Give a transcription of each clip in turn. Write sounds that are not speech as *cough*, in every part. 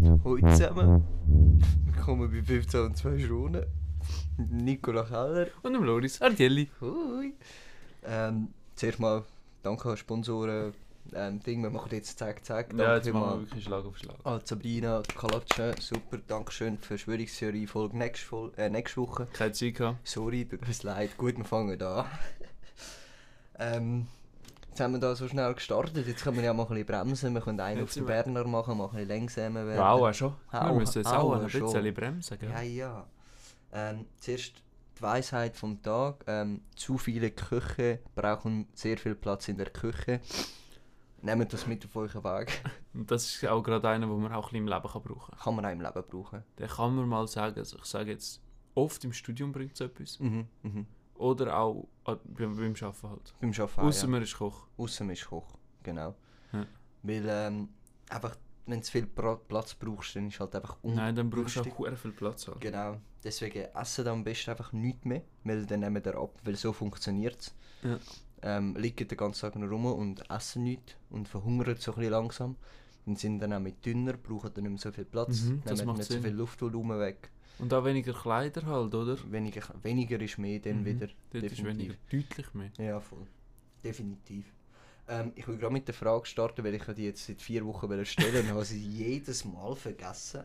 Und heute zusammen. Willkommen bei 15 und 2 Stunden. Mit Nicola Keller. Und dem Loris Ardielli. Hui. Ähm, zuerst mal danke an Sponsoren. Ähm, Ding, wir machen jetzt Zack Zack. Ja, jetzt Danke machen wir mal wirklich Schlag auf Schlag. an Sabrina Kalatschen. Super, Dankeschön. Verschwörungstheorie Folge nächste, Fol äh, nächste Woche. Keine Zeit gehabt. Sorry, tut mir leid. Gut, wir fangen an. ähm, jetzt haben wir da so schnell gestartet. Jetzt können wir ja mal ein bisschen bremsen. Wir können einen Jetzt auf den sind wir- Berner machen, mal ein bisschen langsamer werden. Wow, auch schon. Wir Au, müssen jetzt au, auch ein schon. bisschen bremsen, gell? Ja, ja. Ähm, zuerst die Weisheit vom Tag. Ähm, zu viele Küche brauchen sehr viel Platz in der Küche. Nehmt das mit auf euren *laughs* Weg. Und das ist auch gerade einer, den man auch ein bisschen im Leben kann brauchen kann. Kann man auch im Leben brauchen. Den kann man mal sagen, also ich sage jetzt, oft im Studium bringt es etwas. Mhm, mhm. Oder auch äh, beim, beim Arbeiten halt. Beim Arbeiten. Außer Aussen man ist Koch. Aussen ist hoch. Genau. Ja. Weil ähm, einfach, wenn du viel Pra- Platz brauchst, dann ist halt einfach Nein, dann brauchst du ungünstig. auch sehr viel Platz. Halt. Genau. Deswegen essen am besten einfach nichts mehr, weil dann nehmen wir ab, weil so funktioniert es. Ja. Ähm, liegen den ganzen Tag nur rum und essen nichts und verhungern so ein bisschen langsam. Dann sind dann auch mit dünner, brauchen dann nicht mehr so viel Platz, Mhm, das nehmen macht nicht so Sinn. viel Luftvolumen weg. Und auch weniger Kleider halt, oder? Weniger, weniger ist mehr dann Mhm, wieder. Dort ist weniger, deutlich mehr. Ja, voll. Definitiv. Ähm, ich will gerade mit der Frage starten, weil ich ja die jetzt seit vier Wochen wollte stellen und *laughs* habe sie jedes Mal vergessen.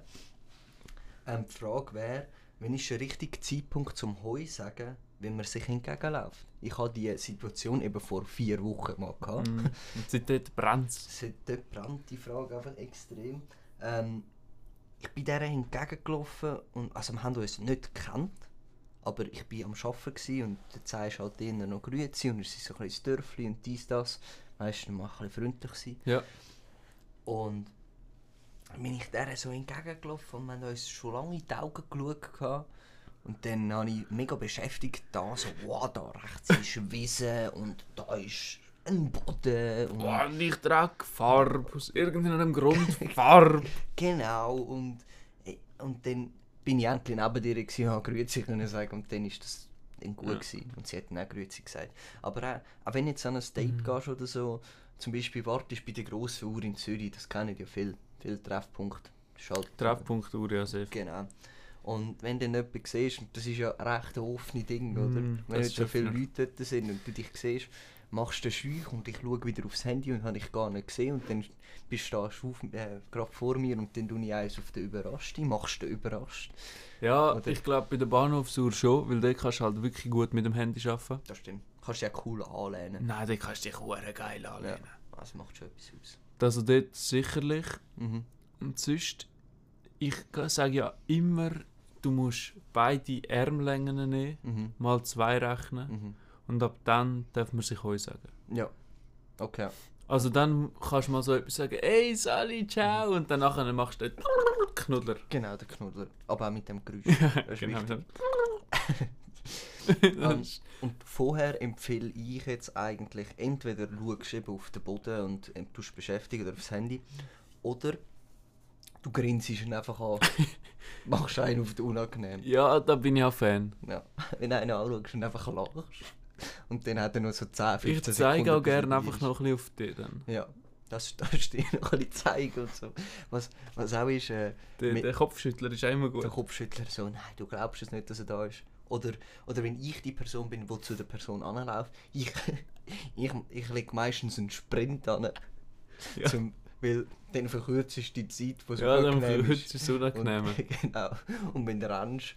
Ähm, die Frage wäre, wann ist der richtige Zeitpunkt zum Heu sagen, wenn man sich entgegenläuft? Ich hatte die Situation eben vor vier Wochen mal. Gehabt. Mhm. Und seitdem brennt es. Seit dort brennt die Frage einfach extrem. Ähm, ich bin dieser entgegengelaufen und also wir haben uns nicht gekannt, aber ich war am Arbeiten gsi und dann sagst du halt denen noch Grüezi und es ist so ein bisschen das Dörfli und dies, das. Weißt du, mal ein bisschen freundlich sein. Ja. Und bin ich dieser so entgegengelaufen und wir haben uns schon lange in die Augen geschaut. gehabt. Und dann habe ich mega beschäftigt da so, wow, da rechts ist Wiese und da ist ein Boden. Und Boah, und ich trage Farbe. Aus irgendeinem *laughs* Grund Farbe. Genau, und, äh, und dann bin ich endlich neben dir gewesen, habe Grüezi können sagen und dann ist das dann gut Ja. gewesen. Und sie hat dann auch Grüezi gesagt. Aber auch, auch wenn du jetzt an ein Date Mhm. gehst oder so, zum Beispiel wartest bei der grossen Uhr in Zürich, das kennen ja viel, halt viele Treffpunkte. Schalt. Treffpunkt Uhr, ja, sehr Genau. Und wenn du dann jemanden siehst, und das ist ja recht ein offene Ding, oder? Mm, wenn das nicht so ist viele öffentlich. Leute dort sind und du dich siehst, machst du schüch und ich schaue wieder aufs Handy und habe ich gar nicht gesehen und dann bist du da auf, äh, gerade vor mir und dann tue ich eins auf den Überraschte, machst du den überrascht. Ja, Oder- ich glaube bei der Bahnhofsuhr schon, weil dort kannst du halt wirklich gut mit dem Handy arbeiten. Das stimmt. Kannst du ja cool anlehnen. Nein, dort kannst du dich hure geil anlehnen. Das macht schon etwas aus. Also dort sicherlich. Mhm. Und sonst, ich sage ja immer, du musst beide Armlängen nehmen, Mhm. mal zwei rechnen Mhm. und ab dann darf man sich heu sagen. Ja. Okay. Also dann kannst du mal so etwas sagen, «Ey, Sally, ciao!» und dann nachher machst du den *laughs* Knuddler. Genau, der Knuddler. Aber auch mit dem *laughs* Geräusch. Das ist wichtig. dann- Ähm, Dann *laughs* ist- und vorher empfehle ich jetzt eigentlich, entweder schaust eben auf den Boden und ähm, tust dich beschäftigen oder aufs Handy, oder du grinst ihn einfach *laughs* an, machst einen auf den unangenehm. ja, da bin ich auch Fan. Ja. Wenn du einen anschaust und einfach lachst, und dann hat er nur so 10, 15 Ich Sekunden. zeige auch bis er gerne dabei einfach ist. noch ein bisschen auf dich dann. Ja, das, das *laughs* ist dir noch ein bisschen zeigen und so. Was, was auch ist... Äh, Der, mit- der Kopfschüttler ist auch immer gut. der Kopfschüttler so, nein, du glaubst es nicht, dass er da ist. Oder, oder wenn ich die Person bin, die zu der Person anläuft, ich, *laughs* ich, ich lege meistens einen Sprint an, Ja. zum, weil dann verkürzest du die Zeit, die so ja, dann angenehm wird es unangenehm. Und, *laughs* genau. Und wenn du rennst,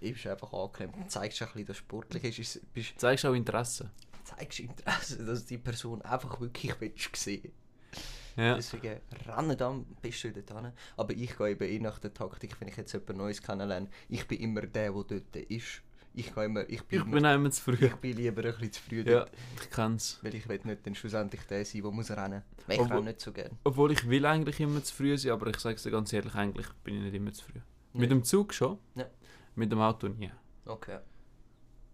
ist es einfach angenehm. Du zeigst auch ein bisschen, dass es sportlich ist, ist, bist, Zeigst auch Interesse. zeigst Interesse, dass die Person einfach wirklich willst sehen. Ja. Deswegen rennen dann bist du dort hin. Aber ich gehe eben eh nach der Taktik, wenn ich jetzt jemand Neues kennenlerne. Ich bin immer der, der dort ist. Ich, gehe immer, ich, bin, Ich immer, bin auch immer zu früh. ich bin lieber ein bisschen zu früh Ja, dort. ich kenn's. Weil ich will nicht dann schlussendlich der sein, der muss rennen. Weil ich Obwohl- auch nicht so gerne. Obwohl ich will eigentlich immer zu früh sein, aber ich sag's dir ganz ehrlich, eigentlich bin ich nicht immer zu früh. Nee. Mit dem Zug schon, Ja. mit dem Auto nie. Okay.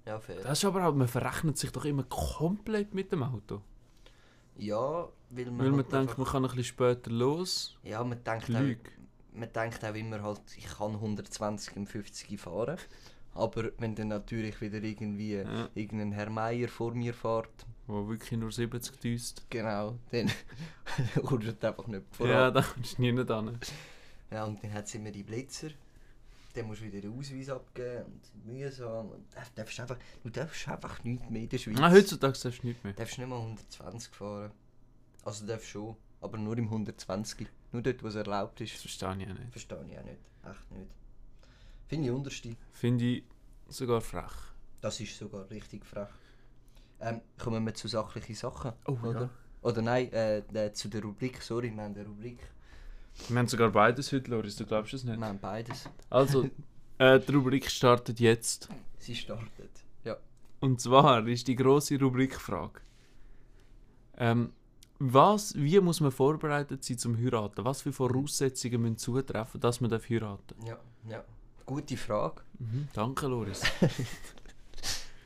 Ja, fair. Das ist aber auch, man verrechnet sich doch immer komplett mit dem Auto. Ja, weil man, Weil man halt denkt, einfach- man kann ein bisschen später los. ja, man denkt auch, Lüge. man denkt auch immer halt, ich kann 120 im 50 fahren. Aber wenn dann natürlich wieder irgendwie Ja. irgendein Herr Meier vor mir fährt, wo wirklich nur 70 düst. Genau, dann *laughs* kommst du einfach nicht Ja, voran. Ja, da kommst du nie hin. *laughs* und dann hat es immer die Blitzer. Dann musst du wieder den Ausweis abgeben und mühsam. Und du, darfst einfach, du darfst einfach nichts mehr in der Schweiz. Ah, heutzutage darfst du nicht mehr. Du darfst nicht mal 120 fahren. Also du darfst schon, aber nur im 120. Nur dort, wo es erlaubt Das ist. verstehe ich auch nicht. Verstehe ich auch nicht. Echt nicht. Finde ich unterste. Finde ich sogar frech. Das ist sogar richtig frech. Ähm, kommen wir zu sachlichen Sachen, Oh, oder? ja. Oder nein, äh, äh, zu der Rubrik. Sorry, wir haben eine Rubrik. Wir haben sogar beides heute, Loris, du glaubst es nicht. Wir haben beides. Also, äh, die Rubrik startet jetzt. Sie startet. Ja. Und zwar ist die große Rubrikfrage. Ähm, was, wie muss man vorbereitet sein zum Heiraten? Was für Voraussetzungen müssen zutreffen, dass man darf heiraten Ja, ja. Gute Frage. mhm. Danke, Loris.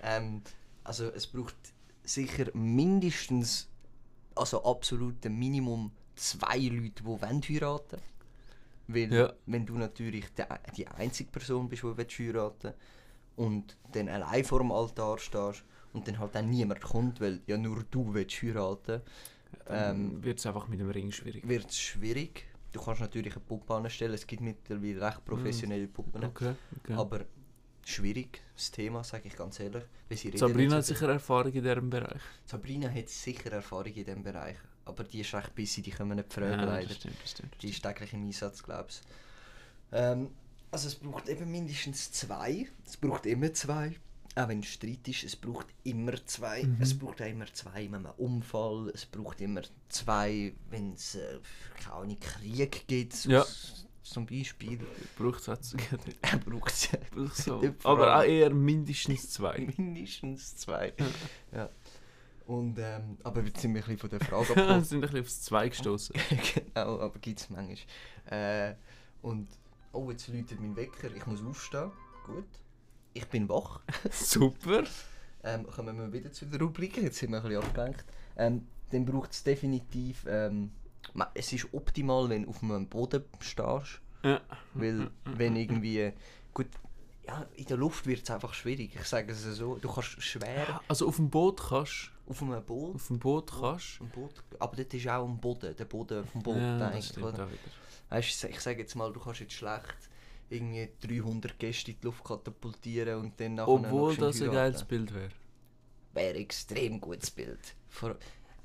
Ähm, also es braucht sicher mindestens, also absolut ein Minimum zwei Leute, die wollen heiraten Weil Ja. wenn du natürlich die, die einzige Person bist, die willst heiraten und dann allein vor dem Altar stehst und dann halt dann niemand kommt, weil ja nur du willst heiraten, ähm, Dann wird es einfach mit dem Ring schwierig. wird es schwierig. Du kannst natürlich eine Puppe anstellen, es gibt mittlerweile recht professionelle Puppen, Okay, okay. aber schwierig, das Thema, sage ich ganz ehrlich. weil sie reden nicht Sabrina so hat viel. sicher Erfahrung in diesem Bereich. Sabrina hat sicher Erfahrung in diesem Bereich, aber die ist recht busy, die können wir nicht fragen Ja, leider. das stimmt, das stimmt. Die ist täglich im Einsatz, glaube ich. Ähm, also es braucht eben mindestens zwei, es braucht immer zwei. Auch wenn es Streit ist, es braucht immer zwei. Mhm. Es braucht auch immer zwei in einem Unfall, es braucht immer zwei, wenn es äh, keine Ahnung, Krieg gibt, Ja. zum Beispiel. *laughs* Braucht es *laughs* jetzt nicht. Er braucht es Braucht so. Nicht vor Aber auch allem. eher mindestens zwei. mindestens zwei. ja. Und, ähm, aber jetzt sind wir ein bisschen von der *laughs* Frage *laughs* Wir abgekommen. sind ein bisschen aufs *laughs* Zwei gestoßen. genau, aber gibt es manchmal. Äh, und, oh, jetzt läutet mein Wecker, ich muss aufstehen. Gut. Ich bin wach. Super. Ähm, kommen wir wieder zu der Rubrik, jetzt sind wir ein bisschen abgelenkt. Ähm, dann braucht es definitiv, ähm, ma- es ist optimal, wenn du auf einem Boden stehst, Ja. weil wenn irgendwie, gut, ja, in der Luft wird es einfach schwierig, ich sage es so, du kannst schwer Also auf dem Boot kannst auf einem Boot, Auf dem Boot kannst auf einem Boot aber das ist auch am Boden, der Boden vom Boot Ja, das eigentlich, stimmt oder? auch wieder. Weißt du, ich sage jetzt mal, du kannst jetzt schlecht irgendwie 300 Gäste in die Luft katapultieren und dann nachher Obwohl noch schön das ein heiraten. geiles Bild wäre. Wäre extrem gutes Bild. Vor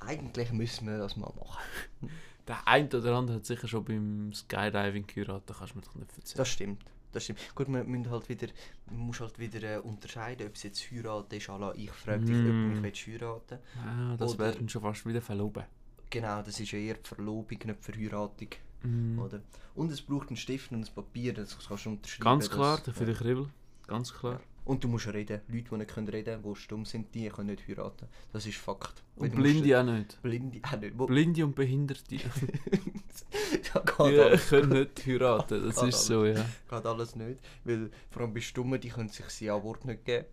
eigentlich müssen wir das mal machen. Der ein oder andere hat sicher schon beim Skydiving geheiratet, kannst du mir doch nicht erzählen. Das stimmt. Das stimmt. Gut, man müssen halt wieder, man muss halt wieder äh, unterscheiden, ob es jetzt heiraten ist, à la ich frage dich, ob du mich Mm. willst heiraten ah, das Oder- wäre dann schon fast wieder verloben. Genau, das ist ja eher die Verlobung, nicht die Verheiratung. Mm. Oder? Und es braucht einen Stift und ein Papier, das kannst du unterschreiben. Ganz klar, das, für den Kribbel. Ganz klar. Und du musst reden. Leute, die nicht können reden können, die stumm sind, die können nicht heiraten. Das ist Fakt. Weil Und du musst- Blinde auch nicht. Blinde auch nicht. Wo, *laughs* Blinde und Behinderte *laughs* die da geht, alles, können nicht heiraten, das Geht ist so, ja. geht alles nicht. Weil vor allem bei Stummen, die können sich sie Wort nicht geben.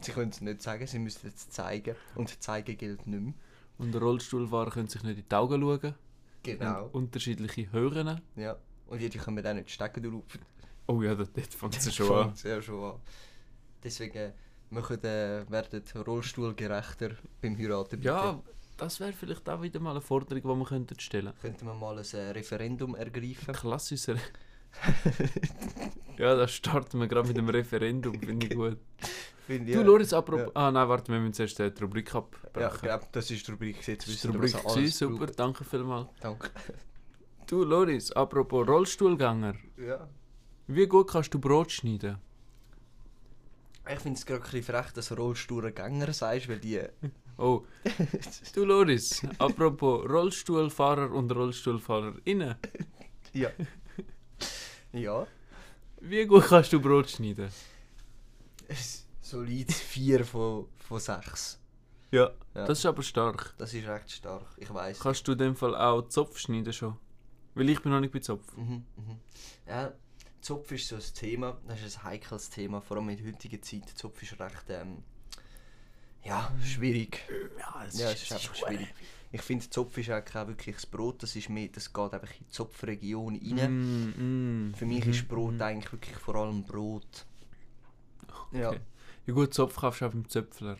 Sie können es nicht sagen, sie müssen es zeigen. Und zeigen gilt nicht mehr. Und Rollstuhlfahrer können sich nicht in die Augen schauen. Genau. Und unterschiedliche Hören. Ja. Und die die können wir auch nicht stecken drauf. Oh ja, das, das fängt es schon *laughs* an. Fängt's ja schon an. Deswegen machen, äh, werden Rollstuhlgerechter beim Heiraten. Ja, das wäre vielleicht auch wieder mal eine Forderung, die wir könnten stellen Könnten wir mal ein äh, Referendum *laughs* ergreifen? Klassischer. ja, da starten wir gerade mit dem Referendum, *laughs* finde ich gut. Finde ich, Du, ja. Loris, apropos. Ah, nein, warte, wir müssen zuerst äh, die Rubrik Ja, abbrechen. genau, das ist die Rubrik. Jetzt das wisst war ihr, die was Rubrik, alles gewesen, super, braucht. danke vielmals. Danke. Du, Loris, apropos Rollstuhlgänger. Ja. Wie gut kannst du Brot schneiden? Ich finde es gerade ein bisschen frech, dass du rollstuhler Gänger sagst, weil die... *laughs* Oh, du, Loris, apropos Rollstuhlfahrer und Rollstuhlfahrerinnen. ja. *laughs* ja. Wie gut kannst du Brot schneiden? Solides 4 von, von 6. Ja. Ja. Das ist aber stark. Das ist recht stark, ich weiß. Kannst du in dem Fall auch Zopf schneiden schon? Weil ich bin noch nicht bei Zopf. Mhm, mhm. Ja, Zopf ist so ein Thema, das ist ein heikles Thema, vor allem in der heutigen Zeit. Zopf ist recht, ähm, ja, schwierig. Ja, es Ja, es ist einfach schwierig. Ich finde, Zopf ist auch kein wirkliches Brot, das ist mehr, das geht einfach in die Zopfregion rein. Mm, mm. Für mich ist Brot Mhm. eigentlich wirklich vor allem Brot. Ja, Ja gut, Zopf kaufst du auch beim Zöpfler.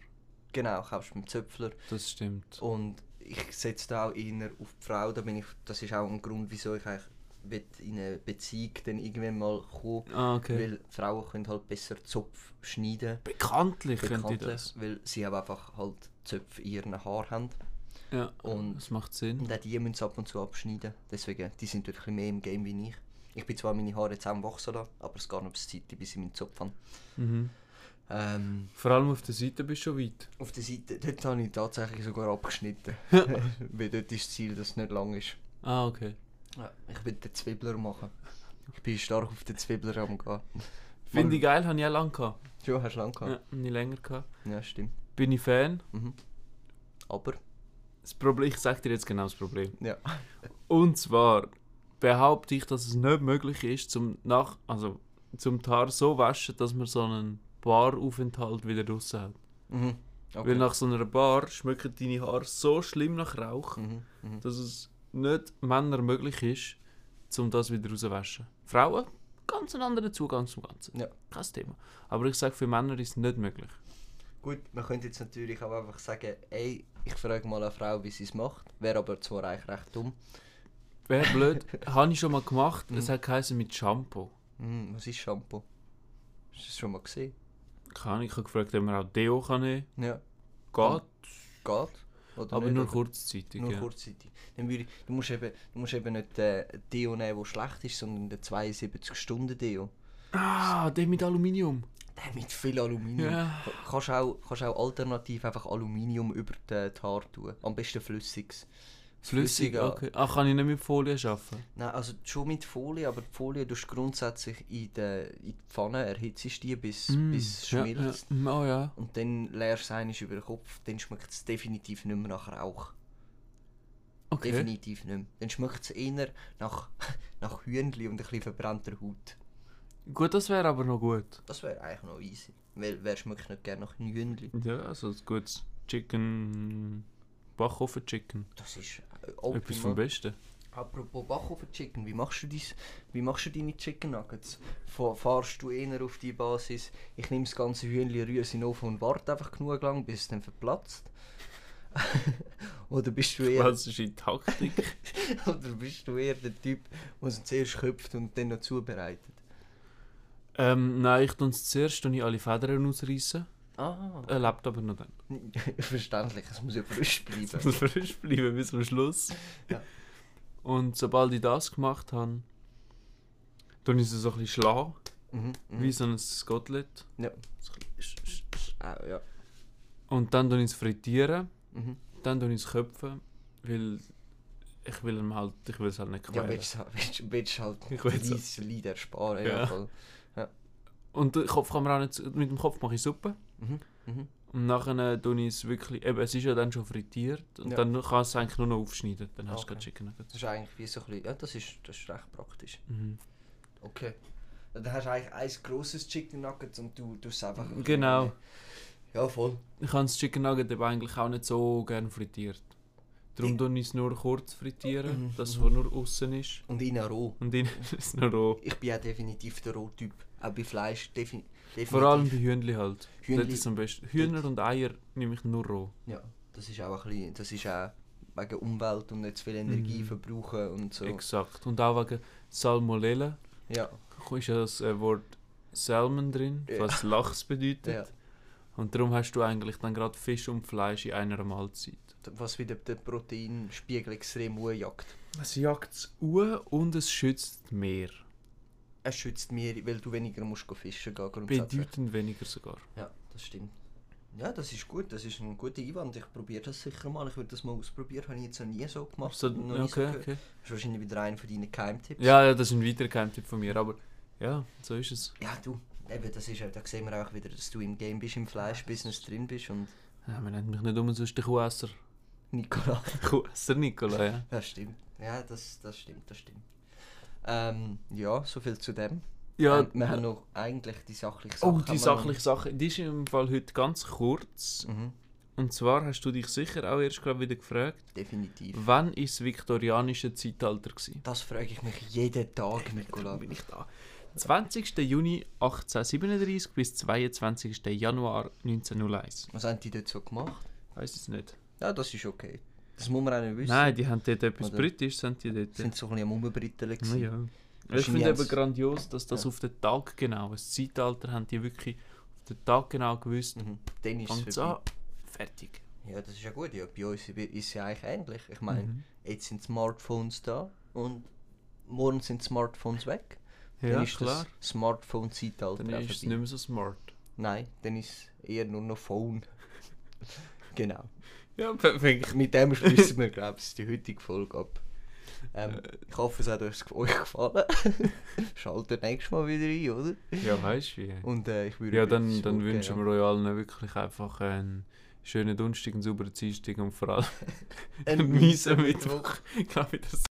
Genau, kaufst beim Zöpfler. Das stimmt. Und ich setze da auch eher auf die Frau. Da bin ich, das ist auch ein Grund, wieso ich eigentlich will in eine Beziehung dann irgendwann mal komme. Ah, okay. Weil Frauen können halt besser Zopf schneiden. Bekanntlich, Bekanntlich, könnte ich das. weil sie aber einfach halt Zöpfe in ihren Haaren haben. Ja, Und- das macht Sinn. Und auch die müssen sie ab und zu abschneiden. Deswegen, die sind natürlich mehr im Game wie ich. Ich bin zwar meine Haare jetzt auch am Wachsen lassen, aber es geht noch bis Zeit, bis ich meinen Zopf habe. Mhm. Ähm, Vor allem auf der Seite bist du schon weit. auf der Seite, dort habe ich tatsächlich sogar abgeschnitten. *laughs* Weil dort ist das Ziel, dass es nicht lang ist. Ah, okay. Ich will den Zwiebler machen. Ich bin stark auf den Zwiebler am gehen. Finde ich geil, habe ich auch lange gehabt. Schon, hast du lange Ja, gehabt? habe ich länger gehabt. Ja, stimmt. Bin ich Fan. Mhm. Aber, Das Problem, ich sage dir jetzt genau das Problem. ja. Und zwar behaupte ich, dass es nicht möglich ist, zum nach also zum Haar so waschen, dass man so einen Baraufenthalt wieder draussen hat. Mhm. Weil nach so einer Bar schmecken deine Haare so schlimm nach Rauch, Mhm. Mhm. dass es nicht Männern möglich ist, um das wieder rauszuwaschen. Frauen, ganz einen anderen Zugang zum Ganzen. Ja. Kein Thema. Aber ich sage, für Männer ist es nicht möglich. Gut, man könnte jetzt natürlich auch einfach sagen, ey, ich frage mal eine Frau, wie sie es macht. Wäre aber zwar eigentlich recht dumm. Wäre blöd, *laughs* habe ich schon mal gemacht, es hat geheißen mit Shampoo. Mhm. Was ist Shampoo? Hast du das schon mal gesehen? Keine Ahnung, ich habe gefragt, ob man auch Deo kann nehmen Ja. kann. Geht, Geht? Oder aber nicht? nur Oder- kurzzeitig. Nur ja. kurzzeitig. Dann würde ich, du, musst eben, du musst eben nicht den Deo nehmen, der schlecht ist, sondern den 72-Stunden-Deo. Ah, der mit Aluminium. Der mit viel Aluminium. Ja. Ka- Kannst auch, kannst auch alternativ einfach Aluminium über den Haar tun. Am besten flüssiges. Das Flüssig, Flüssige- okay. Ah, kann ich nicht mit Folie arbeiten? Nein, also schon mit Folie, aber die Folie tust du grundsätzlich in, de, in die Pfanne, erhitzest die, bis, Mm, bis es ja, schmilzt. Ja, Mm, Oh ja. Und dann leerst du es einmal über den Kopf, dann schmeckt es definitiv nicht mehr nach Rauch. Okay. Definitiv nicht mehr. Dann schmeckt es eher nach, *laughs* nach Hühnchen und ein bisschen verbrannter Haut. Gut, das wäre aber noch gut. Das wäre eigentlich noch easy. Weil wer schmeckt nicht gerne nach Hühnchen? Ja, also ein gutes Chicken. Backofen Chicken. Das ist äh, Etwas vom optimal. Besten. Apropos Backofen Chicken, wie machst du dies, wie machst du deine Chicken Nuggets? Fa- Fahrst du eher auf die Basis, ich nehme das ganze Hühnchen, rühre es in den Ofen und warte einfach genug lang, bis es dann verplatzt? *laughs* oder, bist du eher, Was ist die Taktik? *laughs* oder bist du eher der Typ, der es zuerst köpft und dann noch zubereitet? ähm, nein, ich tue zuerst tue ich alle Federn ausreißen. Ah, Er lebt aber *laughs* noch dann. verständlich, es muss ja frisch *laughs* Es bleiben. muss frisch bleiben bis zum Schluss. Ja. Und sobald ich das gemacht habe, tue ich sie so ein bisschen schlagen, mhm, mhm. wie so ein Skotelett. Ja. Ah, ja. Und dann tue ich es frittieren, Mhm. dann tue ich es köpfen, weil ich will ihm halt, ich will es halt nicht Ja, quälen. willst du *laughs* willst, willst halt Ich will's- dieses Leid ersparen? Ja. Ja. voll. Und den Kopf kann man auch nicht, zu- mit dem Kopf mache ich Suppe. Mhm, mhm. Und nachher tue ich es wirklich, eben, es ist ja dann schon frittiert und Ja. dann kann es eigentlich nur noch aufschneiden, dann hast du Okay. gerade Chicken Nuggets. Das ist eigentlich wie so ein bisschen, ja, das ist, das ist recht praktisch. Mhm. Okay. Dann hast du eigentlich ein grosses Chicken Nugget und du tust es einfach. ein bisschen Genau. rein. Ja, voll. Ich habe das Chicken Nugget aber eigentlich auch nicht so gerne frittiert. Darum Ich- tue ich es nur kurz frittieren, Mhm, dass es mhm. nur außen ist Und in roh. und innen *laughs* ist es noch roh. Ich bin ja definitiv der Rohtyp. Auch bei Fleisch defini definitiv. Vor allem bei Hühnli halt. Hühnli. Hühnli- Das ist am besten. Hühner und Eier nehme ich nur roh. Ja, das ist auch ein bisschen, das ist auch wegen Umwelt und nicht zu viel Energie verbrauchen und so. Exakt. Und auch wegen Salmonella ja, ist ja das äh, Wort Salmon drin, Ja. was Lachs bedeutet. ja. Und darum hast du eigentlich dann gerade Fisch und Fleisch in einer Mahlzeit. Was wieder den Proteinspiegel extrem hochjagt. Es jagt es Uhr und es schützt das Meer. Es schützt mir, weil du weniger musst go fischen gehen grundsätzlich. Bedeutend weniger sogar. Ja, das stimmt. Ja, das ist gut, das ist ein guter Einwand. Ich probiere das sicher mal. Ich würde das mal ausprobieren. Habe ich jetzt noch nie so gemacht. So, noch nie so okay, gehört. okay. Das ist wahrscheinlich wieder einer von deinen Geheimtipps. Ja, ja, das ist ein weiterer Geheimtipp von mir, aber ja, so ist es. Ja, du, eben, das ist, ja- da sehen wir auch wieder, dass du im Game bist, im Fleischbusiness drin bist und Ja, man nennt mich nicht umsonst den Kuhesser. Nikola. Kuhesser Nikola, ja. Das stimmt. *laughs* Ja, das, das stimmt, das stimmt. Ähm, ja, soviel zu dem. Ja, ähm, wir haben noch eigentlich die sachliche Sache. oh, haben wir die noch sachliche Sache, die ist im Fall heute ganz kurz. nicht. Mhm, Und zwar hast du dich sicher auch erst gerade wieder gefragt, definitiv. wann war das viktorianische Zeitalter? Gewesen? Das frage ich mich jeden Tag, Nikola. bin ich da. 20. Juni 1837 bis 22. Januar 1901. Was haben die dort so gemacht? Weiß es nicht. Ja, das ist okay. Das muss man auch nicht wissen. Nein, die haben dort etwas Oder- Britisches. Haben die dort. Sind so ein bisschen am Umbritteln Ja, gewesen. ja. Ich Wahrscheinlich finde haben aber sie- grandios, dass das Ja. auf den Tag genau, das Zeitalter haben die wirklich auf den Tag genau gewusst. Mhm. Dann ist Fangt's es an, vorbei. fertig. Ja, das ist ja gut. Ja, bei uns ist es ja eigentlich ähnlich. Ich meine, Mhm. jetzt sind Smartphones da und morgen sind Smartphones weg. Ja, dann ist klar. das Smartphone-Zeitalter Dann auch ist es vorbei. nicht mehr so smart. Nein, dann ist es eher nur noch Phone. *laughs* genau. Ja, perfekt. Mit dem schließen wir, glaube ich, die heutige Folge ab. Ähm, Äh. ich hoffe, es hat euch euch gefallen. *laughs* Schaltet nächstes Mal wieder ein, oder? Ja, weißt du wie. Und äh, ich würde Ja, über dann, das dann Wort geben, wünschen ja. *laughs* wir euch allen wirklich einfach einen schönen Donnerstag, einen sauberen Dienstag und vor allem einen miesen Mittwoch. *laughs* Ich glaube, das